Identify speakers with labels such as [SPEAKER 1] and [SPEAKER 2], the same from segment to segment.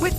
[SPEAKER 1] With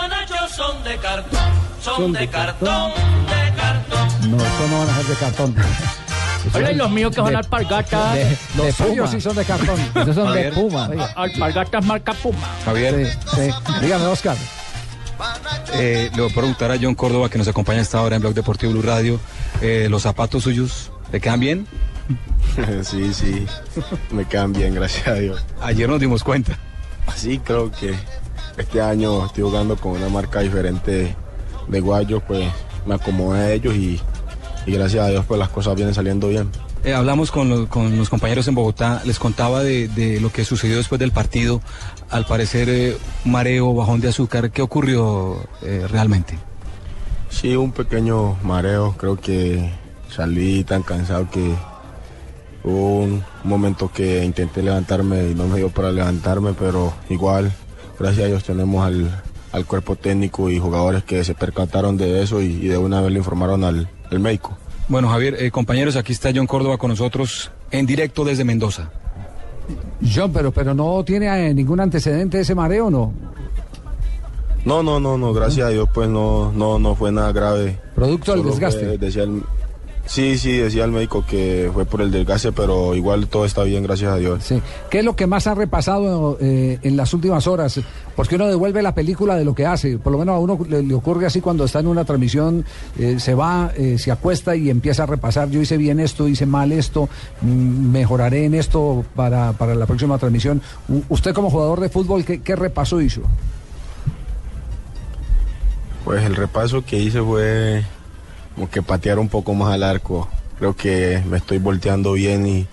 [SPEAKER 2] Nachos son de cartón, son de cartón, de cartón.
[SPEAKER 3] No, esto no van a ser de cartón.
[SPEAKER 4] Oye, y los míos que son alpargatas,
[SPEAKER 3] De,
[SPEAKER 4] los
[SPEAKER 3] de
[SPEAKER 4] suyos
[SPEAKER 3] Puma.
[SPEAKER 4] sí son
[SPEAKER 3] Sí son de cartón. Esos son de Puma.
[SPEAKER 4] alpargatas marca Puma.
[SPEAKER 5] Javier,
[SPEAKER 3] Sí, sí. Dígame, Oscar.
[SPEAKER 5] eh, le voy a preguntar a John Córdoba, que nos acompaña a esta hora en Blog Deportivo Blue Radio, eh, los zapatos suyos, ¿le quedan bien?
[SPEAKER 6] Sí, sí, me quedan bien, gracias a Dios.
[SPEAKER 5] Ayer nos dimos cuenta.
[SPEAKER 6] Así creo que este año estoy jugando con una marca diferente de guayos, pues me acomodé a ellos y, y gracias a Dios pues las cosas vienen saliendo bien.
[SPEAKER 5] Eh, hablamos con, lo- con los compañeros en Bogotá, les contaba de, de lo que sucedió después del partido, al parecer eh, mareo, bajón de azúcar, ¿qué ocurrió eh, realmente?
[SPEAKER 6] Sí, un pequeño mareo, creo que salí tan cansado que hubo un momento que intenté levantarme y no me dio para levantarme, pero igual, gracias a Dios tenemos al, al cuerpo técnico y jugadores que se percataron de eso y, y de una vez le informaron al, al médico.
[SPEAKER 5] Bueno, Javier, eh, compañeros, aquí está John Córdoba con nosotros en directo desde Mendoza.
[SPEAKER 3] John, pero, pero no tiene eh, ningún antecedente ese mareo, ¿no?
[SPEAKER 6] No, no, no, no, gracias a Dios pues no, no, no fue nada grave.
[SPEAKER 3] Producto del
[SPEAKER 6] Solo fue-
[SPEAKER 3] desgaste.
[SPEAKER 6] decía el- sí, sí, decía el médico que fue por el desgaste, pero igual todo está bien, gracias a Dios.
[SPEAKER 3] Sí. ¿Qué es lo que más ha repasado eh, en las últimas horas? Porque uno devuelve la película de lo que hace. Por lo menos a uno le, le ocurre así cuando está en una transmisión, eh, se va, eh, se acuesta y empieza a repasar. Yo hice bien esto, hice mal esto, mm, mejoraré en esto para, para la próxima transmisión. U- usted como jugador de fútbol, ¿qué, qué repaso hizo?
[SPEAKER 6] Pues el repaso que hice fue como que patear un poco más al arco. Creo que me estoy volteando bien y,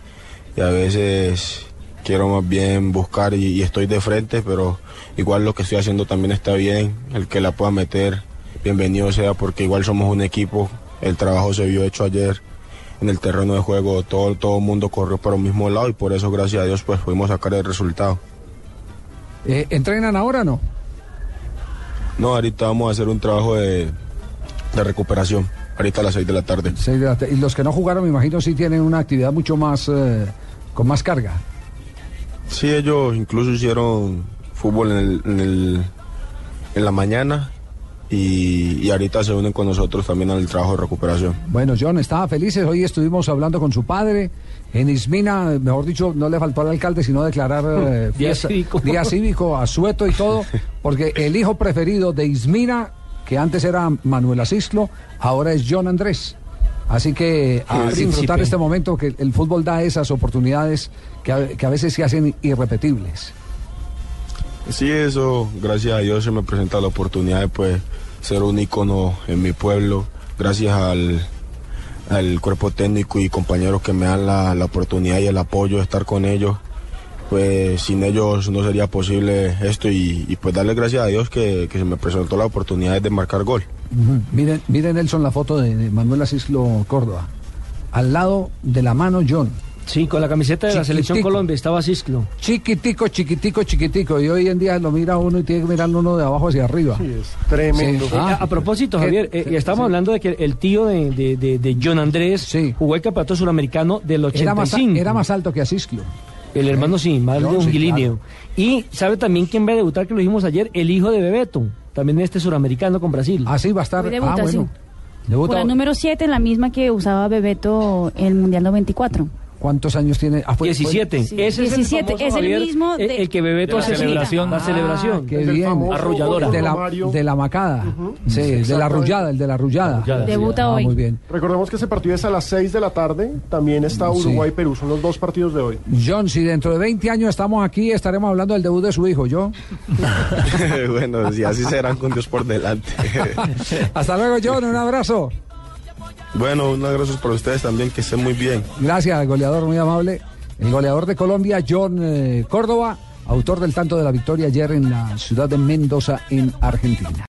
[SPEAKER 6] y a veces quiero más bien buscar y, y estoy de frente, pero igual lo que estoy haciendo también está bien. El que la pueda meter, bienvenido sea, porque igual somos un equipo. El trabajo se vio hecho ayer en el terreno de juego. Todo todo el mundo corrió para un mismo lado y por eso, gracias a Dios, pues pudimos sacar el resultado.
[SPEAKER 3] Eh, ¿Entrenan ahora o no?
[SPEAKER 6] No, ahorita vamos a hacer un trabajo de, de recuperación. Ahorita a las 6 de la tarde.
[SPEAKER 3] Seis de la ta- Y los que no jugaron, me imagino, sí tienen una actividad mucho más, eh, con más carga.
[SPEAKER 6] Sí, ellos incluso hicieron fútbol en, el- en el- en la mañana y, y ahorita se unen con nosotros también al trabajo de recuperación.
[SPEAKER 3] Bueno, John, estaba felices. Hoy estuvimos hablando con su padre. En Ismina, mejor dicho, no le faltó al alcalde sino declarar eh,
[SPEAKER 4] Día cívico.
[SPEAKER 3] día cívico, asueto y todo, porque el hijo preferido de Ismina, que antes era Manuel Asislo, ahora es John Andrés. Así que a
[SPEAKER 4] El
[SPEAKER 3] disfrutar
[SPEAKER 4] príncipe.
[SPEAKER 3] este momento que el fútbol da esas oportunidades que a, que a veces se hacen irrepetibles.
[SPEAKER 6] Sí, eso, gracias a Dios se me presenta la oportunidad de pues, ser un ícono en mi pueblo, gracias al, al cuerpo técnico y compañeros que me dan la, la oportunidad y el apoyo de estar con ellos. Pues sin ellos no sería posible esto y, y, pues darle gracias a Dios que, que se me presentó la oportunidad de marcar gol.
[SPEAKER 3] Ujú. Miren, miren, Nelson, la foto de de Manuel Asislo Córdoba. Al lado de la mano, John.
[SPEAKER 4] Sí, con la camiseta de la Selección
[SPEAKER 3] Chiquitico.
[SPEAKER 4] Colombia estaba Cislo.
[SPEAKER 3] Chiquitico, chiquitico, chiquitico. Y hoy en día lo mira uno y tiene que mirarlo uno de abajo hacia arriba.
[SPEAKER 7] Tremendo.
[SPEAKER 3] Sí. Ah,
[SPEAKER 4] a, a propósito,
[SPEAKER 3] ¿qué?
[SPEAKER 4] Javier, eh,
[SPEAKER 3] Sí,
[SPEAKER 4] estamos
[SPEAKER 3] sí.
[SPEAKER 4] hablando de que el tío de, de- eh, de- de John Andrés
[SPEAKER 3] Sí.
[SPEAKER 4] jugó el campeonato suramericano del
[SPEAKER 3] Era más,
[SPEAKER 4] 85.
[SPEAKER 3] era más alto que Asislo.
[SPEAKER 4] El hermano sí, más
[SPEAKER 3] John,
[SPEAKER 4] de un
[SPEAKER 3] sí,
[SPEAKER 4] guilineo. Y sabe también quién va a debutar, que lo dijimos ayer, el hijo de Bebeto, también este suramericano con Brasil.
[SPEAKER 3] Así va a estar.
[SPEAKER 8] Hoy
[SPEAKER 3] Ah,
[SPEAKER 8] debuta,
[SPEAKER 3] bueno.
[SPEAKER 8] sí.
[SPEAKER 3] Debuta-
[SPEAKER 8] La número 7, la misma que usaba Bebeto en el Mundial 94.
[SPEAKER 3] ¿Cuántos años tiene? Ah, fue- fue-
[SPEAKER 4] 17.
[SPEAKER 8] Sí.
[SPEAKER 4] Ese es el,
[SPEAKER 8] 17,
[SPEAKER 4] famoso,
[SPEAKER 8] es el
[SPEAKER 4] Javier, Eh,
[SPEAKER 8] mismo
[SPEAKER 4] el-
[SPEAKER 8] de-
[SPEAKER 4] el que Bebeto
[SPEAKER 8] de la
[SPEAKER 4] se quita.
[SPEAKER 8] celebración.
[SPEAKER 4] La
[SPEAKER 8] Ah,
[SPEAKER 4] celebración.
[SPEAKER 3] Qué
[SPEAKER 7] Es el
[SPEAKER 3] bien.
[SPEAKER 7] famoso
[SPEAKER 4] Arrolladora.
[SPEAKER 7] gol
[SPEAKER 3] De la,
[SPEAKER 7] Romario.
[SPEAKER 3] de la macada. Sí, de la
[SPEAKER 7] Exactamente.
[SPEAKER 3] arrullada, el de la arrullada.
[SPEAKER 4] Arrullada, sí.
[SPEAKER 8] Debuta
[SPEAKER 3] Ah,
[SPEAKER 8] hoy.
[SPEAKER 3] Muy bien.
[SPEAKER 7] Recordemos que ese partido es a las 6 de la tarde. También está
[SPEAKER 3] Sí.
[SPEAKER 7] Uruguay-Perú. Son los dos partidos de hoy.
[SPEAKER 3] John, si dentro de 20 años estamos aquí, estaremos hablando del debut de su hijo. Yo.
[SPEAKER 6] bueno, si así serán con Dios por delante.
[SPEAKER 3] Hasta luego, John. Un abrazo.
[SPEAKER 6] bueno, unas gracias para ustedes también, que estén muy bien.
[SPEAKER 3] Gracias, goleador, muy amable. El goleador de Colombia, John eh, Córdoba. autor del tanto de la victoria ayer en la ciudad de Mendoza, en Argentina.